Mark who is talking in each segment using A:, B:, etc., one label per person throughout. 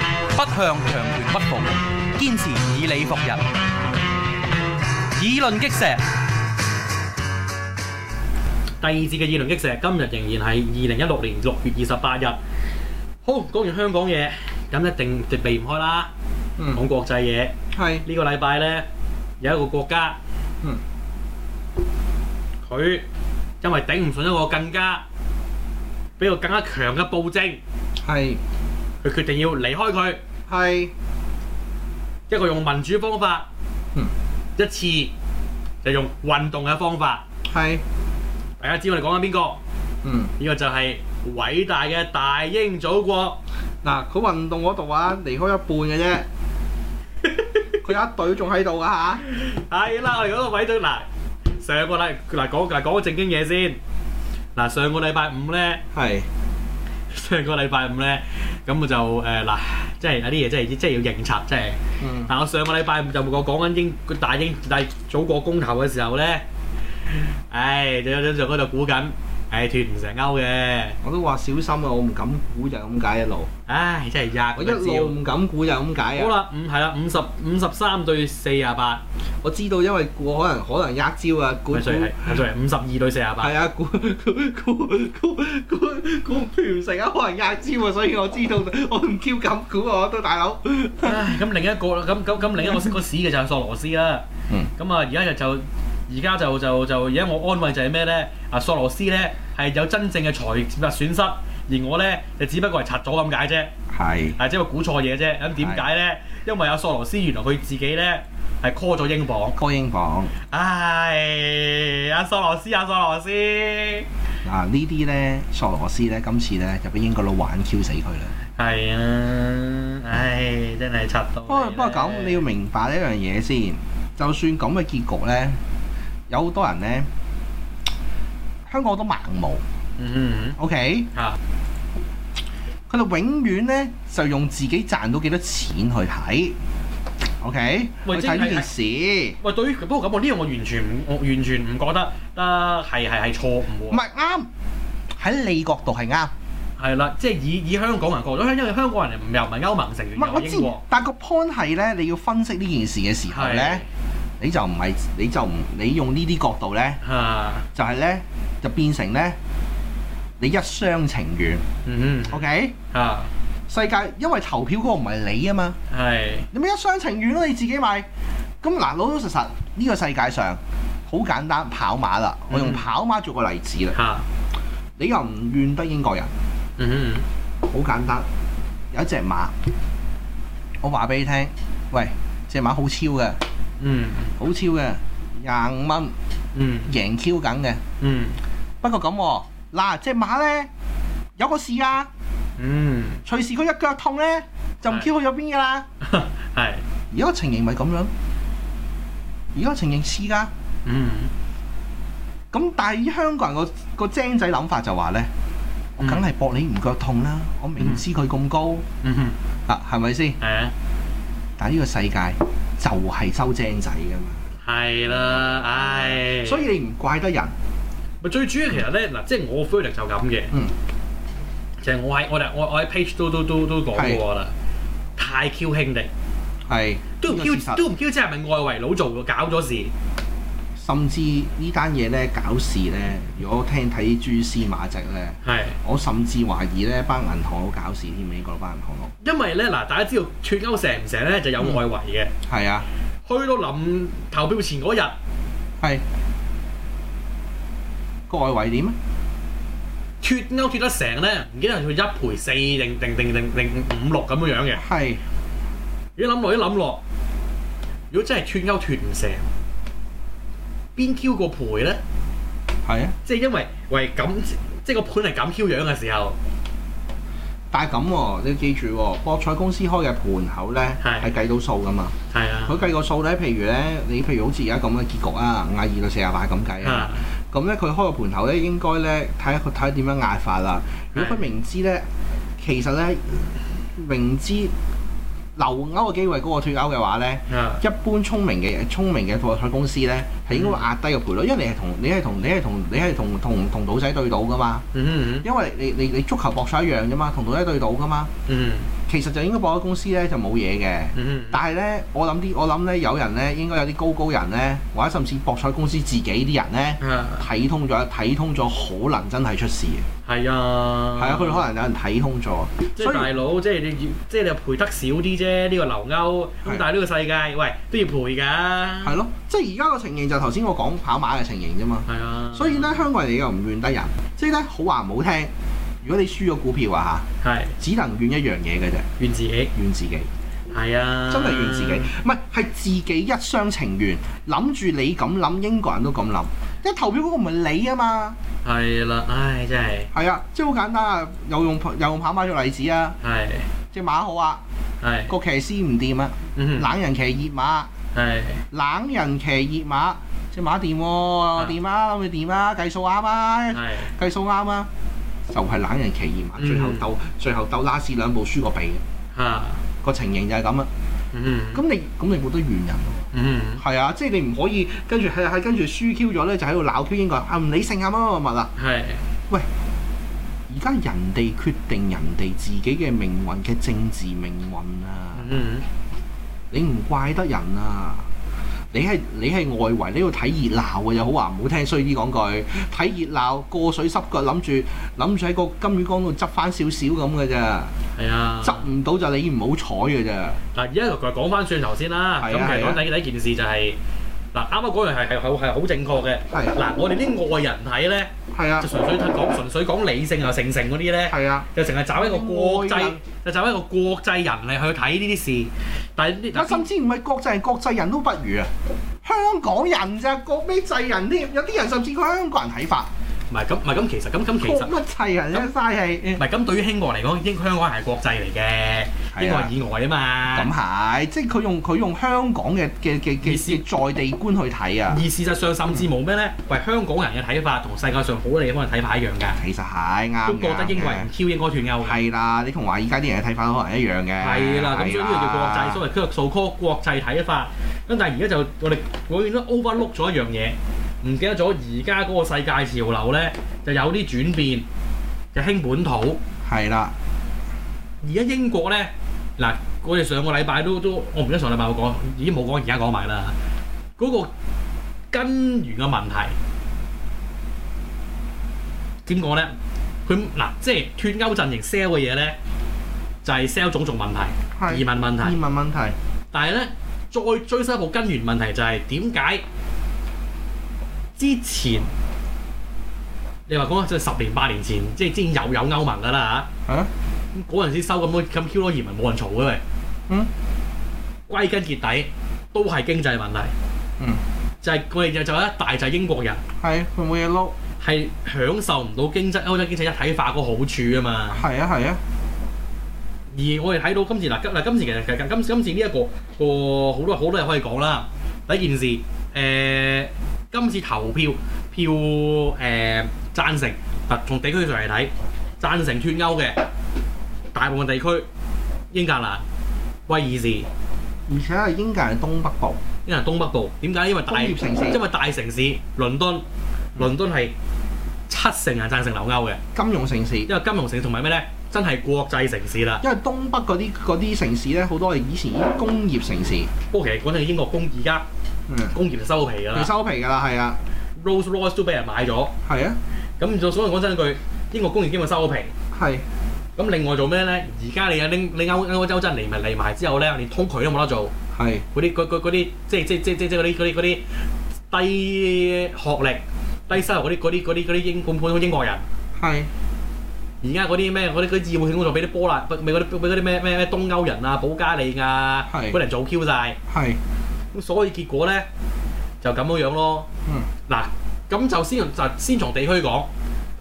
A: 向強權屈服，堅持以理服人，以論擊石。
B: 第二節嘅議論擊石，今日仍然係二零一六年六月二十八日。好，講完香港嘢，咁一定就避唔開啦。講國際嘢，呢、
A: 係
B: 個禮拜呢，有一個國家，
A: 嗯，
B: 佢因為頂唔順一個更加比個更加強嘅暴政，
A: 係
B: 佢決定要離開佢，
A: 係
B: 一個用民主方法，
A: 嗯，
B: 一次就用運動嘅方法。
A: 係，
B: 大家知我哋講緊邊個？
A: 嗯。
B: 呢、個就係偉大嘅大英祖國。
A: 嗱，佢運動嗰度啊，離開一半嘅啫，佢有一隊仲喺度噶嚇。
B: 係啦，我哋嗰個位都嗱，上個禮嗱講嗱講個正經嘢先。嗱上個禮拜五咧，
A: 係
B: 上個禮拜五咧，咁我就誒嗱、即係有啲嘢真係真係要認賊，即係。
A: 嗯
B: 但我上個禮拜五就我講緊英大英大祖國公投嘅時候咧，唉，就就就嗰度估緊，唉脱唔成歐嘅，
A: 我都話小心啊，我唔敢估就係咁解一路，
B: 唉真係呃
A: 我
B: 吔
A: 一
B: 個
A: 路
B: 招。
A: 唔敢估就係咁解
B: 好
A: 啊。
B: 啦，五係啦，五十五十三對四廿八，
A: 我知道，因為我可能可能呃招啊，估
B: 唔係
A: 估
B: sorry 係
A: 係
B: 係 sorry，五十二對四廿八。
A: 啊，估估估估估估譬如成啊，可能呃招啊，所以我知道我唔 Q 敢估啊，我都大佬。
B: 唉，咁另一個啦，咁咁咁 另一個識個屎嘅就係索羅斯啦。
A: 嗯
B: 咁啊，而家就就而家就就就而家我安慰就係咩咧？啊，索羅斯咧係有真正嘅財物損失，而我咧就只不過係拆咗咁解啫，
A: 係
B: 啊，即係估錯嘢啫。咁點解咧？因為阿索羅斯原來佢自己咧係 call 咗英鎊。
A: 高英房
B: 唉，阿索羅斯，阿索羅斯，
A: 嗱啊呢啲咧，索羅斯咧，今次咧就俾英國佬玩 Q 死佢啦。
B: 係啊，唉，真哦係拆到你呢。
A: 不哦過不過咁，你要明白一樣嘢先，就算咁嘅結局呢，有好多人呢，香港都盲目
B: 嗯
A: ，OK？
B: 哼啊
A: 佢哋永遠呢，就用自己賺到幾多錢去睇，OK？去
B: 喂
A: 睇呢
B: 即係
A: 件事，
B: 喂，對於不過咁，我呢樣我完全唔，我完全唔覺得得係係係錯誤喎。
A: 唔係啱喺你角度係啱。
B: 係啦，即係以以香港人過咗香，因為香港人唔又唔係歐盟成員，
A: 唔
B: 又
A: 係我
B: 係
A: 知
B: 英國，，
A: 但個 point 係呢，你要分析呢件事嘅時候呢
B: 係，
A: 你就唔係你就唔你用呢啲角度呢，
B: 嚇，
A: 就係呢，就變成呢，你一廂情願。
B: 嗯
A: OK，
B: 哼，嚇，
A: 世界因為投票嗰個唔係你啊嘛，
B: 係
A: 你咪一廂情願咯，你自己買。咁嗱，老老實實呢、個世界上好簡單，跑馬啦，我用
B: 嗯
A: 跑馬做個例子啦。
B: 嚇，
A: 你又唔怨得英國人，
B: 嗯
A: 好簡單。有一隻馬，我話俾你聽，喂，只馬好超嘅，
B: 哼，嗯
A: 好超嘅，廿五蚊
B: 嗯
A: 贏 Q 緊嘅。
B: 嗯
A: 不過咁喎，嗱只馬呢，有個事啊，
B: 嗯，
A: 隨時佢一腳痛呢，就唔
B: 係
A: Q 去咗邊㗎啦。
B: 係，
A: 而家個情形咪咁樣，而家個情形似㗎。
B: 嗯
A: 咁但係香港人個個精仔諗法就話呢：「我
B: 嗯
A: 梗係搏你唔腳痛啦，我明知佢咁高
B: 嗯哼，
A: 啊，係咪先？
B: 係啊，
A: 但係呢個世界就係收精仔㗎嘛，
B: 係啦，唉，
A: 所以你唔怪得人。
B: 咪最主要其實咧嗱，即係我 feeling 就咁嘅，
A: 嗯，
B: 就係我喺我哋我我喺 page 都都都都講過啦，太 Q 兄弟。
A: 係
B: 都唔
A: 呢個事
B: 知
A: 實
B: 都唔知，即係咪外圍佬做嘅搞咗事？
A: 甚至呢單嘢呢搞事呢，如果我聽睇蛛絲馬跡呢，
B: 係，
A: 我甚至懷疑呢班銀行佬搞事添，美國班銀行佬。
B: 因為咧嗱，大家知道脱歐成唔成咧，就有外圍嘅。
A: 係啊，
B: 去到臨投票前嗰日，
A: 係個外圍點啊？
B: 脱歐脱得成咧，唔記得係佢一賠四定定定定定五六咁樣樣嘅。
A: 係。
B: 如果諗落一諗落，如果真係脱歐脱唔成，邊 Q 個賠咧？
A: 係啊，
B: 即係因為喂咁，即係個盤係咁 Q 樣嘅時候，
A: 但係咁喎，你要記住喎，博彩公司開嘅盤口咧
B: 係
A: 係計到數噶嘛。
B: 係啊，
A: 佢計個數咧，譬如咧，你譬如好似而家咁嘅結局啊，五廿二到四廿八咁計啊。
B: 啊
A: 咁咧佢開個盤口咧，應該咧睇下佢睇下點樣壓法啦。如果佢
B: 係
A: 明知咧，其實咧明知留歐嘅機會高過脱歐嘅話咧，
B: 啊
A: 一般聰明嘅聰明嘅博彩公司咧係應該會壓低個賠率，因為你係同你係同你係同你係同同同賭仔對賭噶嘛，
B: 嗯哼
A: 因為你你你足球博彩一樣啫嘛，同賭仔對賭噶嘛，
B: 嗯
A: 其實就應該博彩公司咧就冇嘢嘅。
B: 哼嗯哼
A: 但係咧，我諗啲我諗咧，有人咧應該有啲高高人咧，或者甚至博彩公司自己啲人咧
B: 啊
A: 睇通咗，睇通咗可能真係出事嘅。
B: 係啊，
A: 係啊，佢哋可能有人睇通咗，
B: 即係
A: 所以
B: 大佬，即係你要，即係你又賠得少啲啫。呢、個留歐咁
A: 係，
B: 但係呢個世界，喂都要賠㗎。
A: 係咯，即係而家個情形就頭先我講跑馬嘅情形啫嘛。
B: 係啊，
A: 所以咧，香港人又唔怨得人，即係咧好話唔好聽，如果你輸咗股票啊
B: 係
A: 嚇，只能怨一樣嘢嘅啫，
B: 怨自己，
A: 怨自己，
B: 係啊，
A: 真係怨自己，唔係係自己一廂情願，諗住你咁諗，英國人都咁諗，一投票嗰個唔係你啊嘛。
B: 係啦，唉，真係
A: 係啊，即係好簡單啊！又用又用跑馬做例子啊，
B: 係
A: 只馬好啊，
B: 係，
A: 個騎師唔掂啊，
B: 嗯哼
A: 冷人騎熱馬，
B: 係
A: 冷人騎熱馬，只馬掂喎，掂啊，諗佢掂啊，計數啱啊，
B: 係
A: 計數啱啊，就係冷人騎熱馬，
B: 嗯
A: 最後鬥最後鬥拉屎兩步輸個鼻嘅
B: 嚇，
A: 個情形就係咁啊！
B: 嗯哼
A: 咁你咁你冇得怨人喎，
B: 嗯
A: 係啊，即係你唔可以跟住係係跟住輸 Q 咗咧，就喺度鬧 Q 英國人啊唔理性啊乜乜乜乜啊！
B: 哼係
A: 而家人哋決定人哋自己嘅命運嘅政治命運啊！
B: 嗯
A: 你唔怪得人啊！你係你係外圍，你要睇熱鬧啊嘅又好話唔好聽，衰啲講句睇熱鬧過水濕腳，諗住諗住喺個金魚缸度執翻少少咁嘅咋，
B: 哼係啊，
A: 執唔到就你唔好彩嘅咋。
B: 嗱，而家就講翻轉頭先啦。咁其
A: 係啊
B: 實
A: 係啊
B: 講第第一件事就係、嗱，啱啱嗰樣係係好係好正確嘅。
A: 係
B: 嗱，我哋啲外人睇咧，
A: 係啊
B: 就純粹講純粹講理性啊、成成嗰啲咧，
A: 係啊，
B: 就成日找一個國
A: 外
B: 際
A: 人，
B: 就找一個國際人嚟去睇呢啲事。但係呢
A: 啊甚至唔係國際人，國際人都不如啊！香港人咋國咩際人添？有啲人甚至佢香港人睇法，
B: 唔係咁唔係咁，其實咁咁其
A: 國
B: 實。
A: 乜際人啫，嘥氣
B: 唔。係咁，對於英國嚟講，英香港係國際嚟嘅，
A: 啊
B: 英國係以外啊
A: 咁
B: 嘛。
A: 係，即係佢用佢用香港嘅嘅嘅嘅
B: 意思
A: 嘅在地觀去睇啊
B: 而。事實上，甚至冇咩咧，喂，香港人嘅睇法同世界上好多地方嘅睇法一樣㗎，
A: 其實係啱
B: 都覺得
A: 嘅
B: 英國人唔 Q 應該斷歐㗎。
A: 係啦，你同華爾街啲人嘅睇法都可能一樣嘅。
B: 係啦，咁所以呢個叫國際，
A: 係啦
B: 所謂佢數科國際睇法。咁但係而家就我哋永遠都 overlook 咗一樣嘢，唔記得咗而家嗰個世界潮流咧就有啲轉變，就興本土。
A: 係啦，
B: 而家英國咧嗱，我哋上個禮拜都都，我唔記得上禮拜我講，已經冇講，而家講埋啦。嗰、個根源嘅問題點講咧？佢嗱，即係脱歐陣營 sell 嘅嘢咧，就係、sell 種族問
A: 係
B: 題、移民問題。
A: 移民問題
B: 但係咧，再追溯一步根源問題就係點解之前你話講即係十年八年前，即係之前又有歐盟噶啦
A: 啊，
B: 嚇，咁嗰陣時收咁多咁 Q 多移民冇人嘈嘅喂，
A: 嗯，
B: 歸根結底都係經濟問題，
A: 嗯，
B: 就係我哋就就有一大就係英國人
A: 係佢冇嘢撈，
B: 係享受唔到經濟歐洲經濟一體化嗰個好處啊嘛。
A: 係啊係啊，
B: 而我哋睇到今次嗱，今嗱今次其實其實今今次呢、一個個好多好多嘢可以講啦。第一件事，誒、今次投票票誒、贊成，嗱從地區上嚟睇，贊成脱歐嘅大部分地區，英格蘭、威爾士、英
A: 而且係英格蘭東北部
B: 格蘭東北部，點解？因為
A: 工
B: 大
A: 業城市，
B: 因為大城市倫敦，倫敦係七成人贊成留歐嘅，
A: 金融城市，
B: 因為金融城市同埋咩咧，真係國際城市啦。
A: 因為東北嗰啲嗰啲城市咧，好多係以前啲工業城市，
B: 不過其實講真，英國工而家
A: 嗯，
B: 工業就收皮㗎啦
A: 佢。收皮㗎啦，係啊，
B: Rolls Royce 都俾人買咗，
A: 係啊，
B: 咁就所以講真句，英國工業基本收皮。
A: 係
B: 咁另外做咩咧？而家你有啊拎你歐歐洲真嚟埋嚟埋之後咧，連通渠都冇得做，
A: 係
B: 嗰啲嗰嗰嗰啲即係即係即係即係即係嗰啲嗰啲嗰啲低學歷、低收入嗰啲嗰啲嗰啲嗰啲英本本英國人，
A: 係
B: 而家嗰啲咩嗰啲嗰啲義務性工作俾啲波蘭、俾嗰啲俾嗰啲咩咩咩東歐人啊、保加利亞啊
A: 係
B: 嗰啲人做 Q 晒。
A: 係，
B: 咁所以結果咧就咁樣樣咯。
A: 嗯
B: 嗱，咁就先就先從地區講，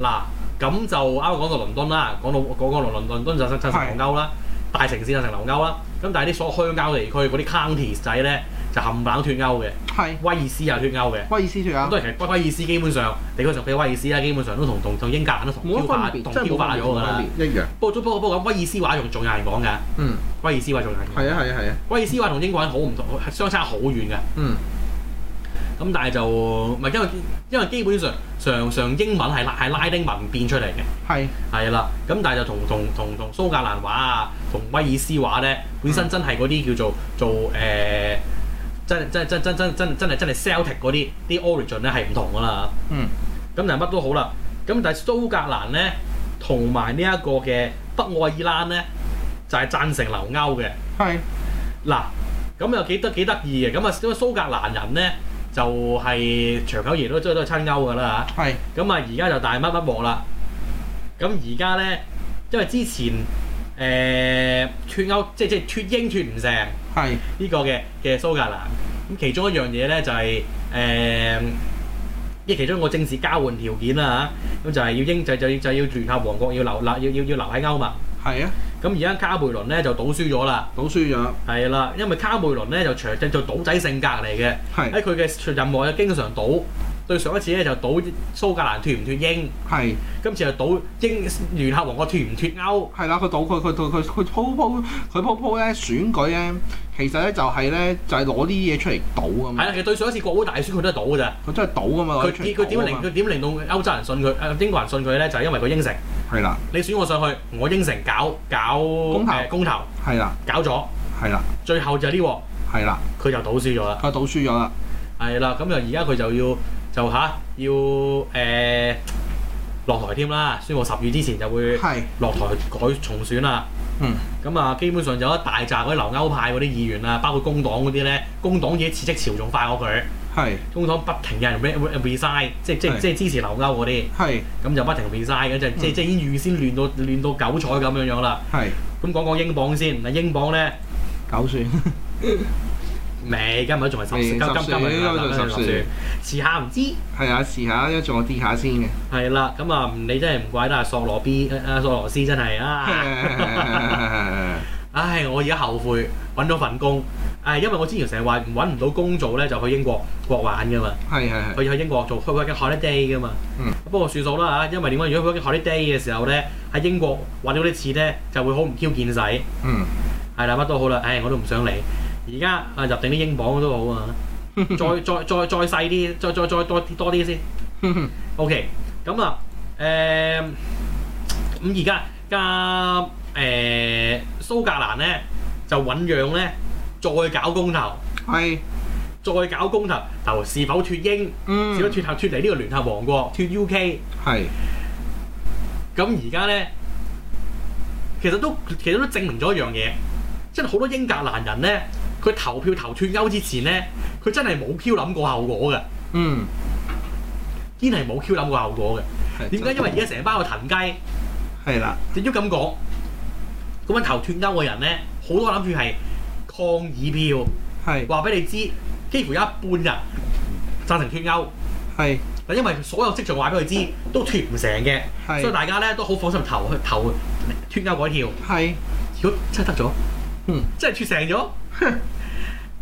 B: 嗱，咁就啱啱講到倫敦啦，講到講講到倫倫敦就就就成留歐啦，大城市就成留歐啦，咁但係啲所有鄉郊地區嗰啲 counties 仔咧就冚唪唥脱歐嘅，
A: 係
B: 威爾斯又脱歐嘅，
A: 威爾斯仲
B: 咁
A: 有
B: 都係其實威威爾斯基本上地區上比威爾斯啦，基本上都同同同英格蘭都同
A: 冇
B: 挑
A: 乜
B: 化
A: 分別，
B: 同
A: 真係
B: 挑
A: 冇
B: 化
A: 分
B: 咗
A: 別
B: 㗎
A: 冇
B: 啦
A: 分。別一樣，
B: 不過不過不過，威爾斯話仲仲有人講㗎，
A: 嗯，
B: 威爾斯話仲有人講。
A: 係啊係啊係啊，
B: 威爾斯話同英國人好唔同，相差好遠㗎。
A: 嗯。
B: 咁但係就唔係因為因為基本上常常英文係拉係拉丁文變出嚟嘅。
A: 係
B: 係啦，咁但係就同同同同蘇格蘭話啊，同威爾斯話咧，本身真係嗰啲叫做做誒、呃真真真真真真真係真係 Celtic 嗰啲啲 origin 咧係唔同噶啦。
A: 嗯
B: 咁但係乜都好啦，咁但係蘇格蘭咧同埋呢一個嘅北愛爾蘭咧就係、贊成留歐嘅。
A: 係
B: 嗱，咁又幾得幾得意嘅，咁啊因為蘇格蘭人咧就係、長久而都都都係親歐噶啦嚇。
A: 係
B: 咁啊，而家就大乜乜鑊啦。咁而家咧，因為之前誒、呃、脱歐，即係即係脱英脱唔成呢
A: 係
B: 個嘅嘅蘇格蘭。咁其中一樣嘢咧就係、誒，即係其中一個政治交換條件啦嚇。咁就係要英就就要就要聯合王國要留留要要要留喺歐盟。
A: 係啊，
B: 咁而家卡梅倫咧就賭輸咗啦，
A: 賭輸咗
B: 係啦，因為卡梅倫咧就長就賭仔性格嚟嘅，
A: 係
B: 喺佢嘅任何嘅經常賭。對上一次咧就賭蘇格蘭脱唔脱英。
A: 係
B: 今次又賭英聯合王國脱唔脱歐？
A: 係啦，佢賭佢佢佢佢佢鋪鋪佢鋪鋪咧選舉咧，其實咧就係咧就係攞啲嘢出嚟賭咁
B: 係
A: 嘛，
B: 啦，其實對上一次國會大選佢都係賭㗎咋。
A: 佢真係賭噶嘛，攞
B: 佢
A: 嗯哦啲出嚟
B: 佢點
A: 賭㗎
B: 令
A: 嘛
B: 佢點令到歐洲人信佢？誒英國人信佢咧，就係因為佢應承。
A: 係啦
B: 你選我上去，我應承搞搞公
A: 投
B: 公投，
A: 係啦
B: 搞咗，
A: 係啦
B: 最後就係呢鑊，
A: 係啦，
B: 佢就賭輸咗啦。
A: 佢賭輸咗啦，
B: 係啦，咁就而家佢就要就吓、要誒、落台添啦，宣布十月之前就會
A: 係
B: 落台改重選啦。
A: 嗯
B: 咁啊，基本上有一大扎嗰啲留歐派嗰啲議員啊，包括工黨嗰啲咧，工黨嘢辭職潮仲快過佢，
A: 係
B: 工黨不停有人 re- re- resign，即即
A: 係嗯
B: 即支持留歐嗰啲，
A: 係
B: 咁就不停 resign 嘅，即即即已經預先亂到亂到九彩咁樣樣啦。
A: 係
B: 咁講講英鎊先，嗱英鎊咧
A: 九輸
B: 未，今日仲係十
A: 未
B: 今今
A: 十
B: 今
A: 四
B: 日
A: 今日仲十四
B: 遲下唔知。
A: 係啊，試下一仲我跌下先嘅，
B: 係啦，咁啊，你真係唔怪得阿索羅 B 阿索羅斯真係啊！唉，我而家後悔揾到份工，唉，因為我之前成日話揾唔到工做咧，就去英國國玩噶嘛，
A: 係係係
B: 去去英國做去 working holiday 噶嘛。
A: 嗯
B: 不過算數啦嚇，啊因為點解？如果 working holiday 嘅時候咧，喺英國揾到啲錢咧，就會好唔挑見使，係
A: 嗯。
B: 啦，乜都好啦，唉，我都唔想嚟。而家啊入定啲英鎊都好啊，再再再再細啲，再再再多多啲先。OK，咁啊，誒、咁而家加誒蘇格蘭咧就醖釀咧，再搞公投，
A: 係，
B: 再搞公投，就是否脱英，
A: 嗯
B: 是否脱合脱離呢個聯合王國，脱 UK。
A: 係，
B: 咁而家咧，其實都其實都證明咗一樣嘢，即係好多英格蘭人咧，佢投票投脱歐之前咧，佢真係冇 Q 諗過後果嘅，
A: 嗯，
B: 堅係冇 Q 諗過後果嘅。
A: 係
B: 點解？因為而家成班個騰雞。
A: 係啦，
B: 亦都咁講，咁樣投脱歐嘅人咧，好多諗住係抗議票，
A: 係
B: 話俾你知，幾乎有一半人贊成脱歐。
A: 係
B: 嗱，因為所有跡象話俾佢知都脱唔成嘅，所以
A: 係
B: 大家咧都好放心投去投脱歐嗰一票。
A: 係，
B: 如果真係得咗，
A: 嗯，
B: 真係脱成咗，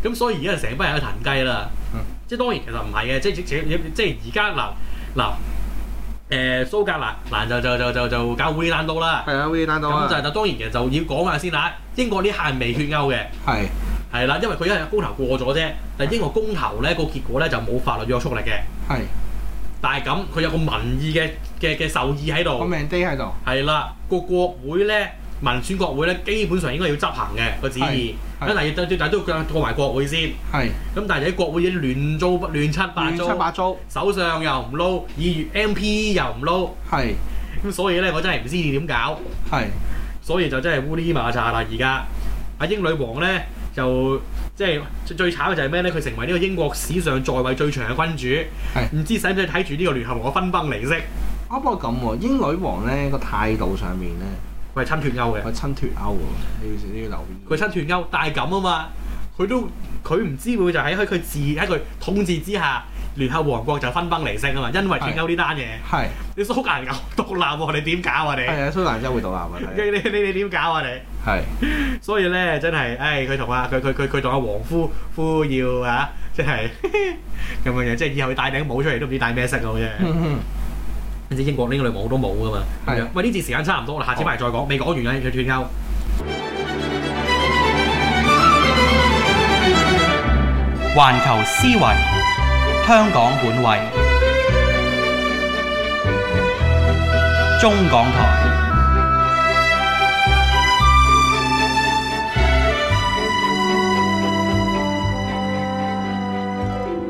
B: 咁所以而家成班人去騰雞啦。
A: 嗯
B: 即係當然其實唔係嘅，即係即係即係而家嗱嗱誒蘇格蘭嗱就就就就就搞烏蘭刀啦。
A: 係啊，威單到啊
B: 咁，就係就當然其實就要講下先啦。英國呢下係未脱歐嘅，
A: 係
B: 係啦，因為佢一日公投過咗啫。但係英國公投咧個結果咧就冇法律約束力嘅，
A: 係
B: 但係咁佢有個民意嘅嘅嘅授意喺
A: 個
B: 度，
A: 命低喺度，
B: 係啦，個國會咧民選國會咧基本上應該要執行嘅個旨意，
A: 係
B: 咁
A: 係
B: 但係但係都要過埋國會先。
A: 係
B: 咁但係喺國會已經亂糟亂七八
A: 亂七
B: 糟，
A: 八糟，
B: 首相又唔撈，議員 MP 又唔撈，
A: 係
B: 咁所以咧我真係唔知點搞。
A: 係
B: 所以就真係烏哩馬查啦！而家阿英女王咧就即係最最慘嘅就係咩咧？佢成為呢個英國史上在位最長嘅君
A: 係
B: 主，唔知使唔使睇住呢個聯合王國分崩離析？
A: 啊！不過咁喎，英女王咧個態度上面咧，
B: 佢係親脱歐嘅，
A: 佢親脱歐喎，你要你要留意。
B: 佢親脱歐，但係咁啊嘛，佢都佢唔知會就喺喺佢治喺佢統治之下，聯合王國就分崩離析啊嘛，因為脱歐呢單嘢，
A: 係
B: 你蘇格蘭又獨立喎，你點搞啊你？
A: 係啊，蘇蘭真會到啊，
B: 你
A: 係
B: 你你你點搞啊你？
A: 係
B: 所以咧，真係，唉，佢同啊，佢佢佢佢同阿黃夫夫要啊，即係 咁樣樣，即係以後佢戴頂帽出嚟都唔知戴咩色嘅啫。你知英國呢個女帽都冇噶嘛？
A: 嗯係
B: 咁樣喂，呢節時間差唔多，我哋下次翻嚟再講，未講完啊，佢斷歐。環球思維，
C: 香港本位，中港台。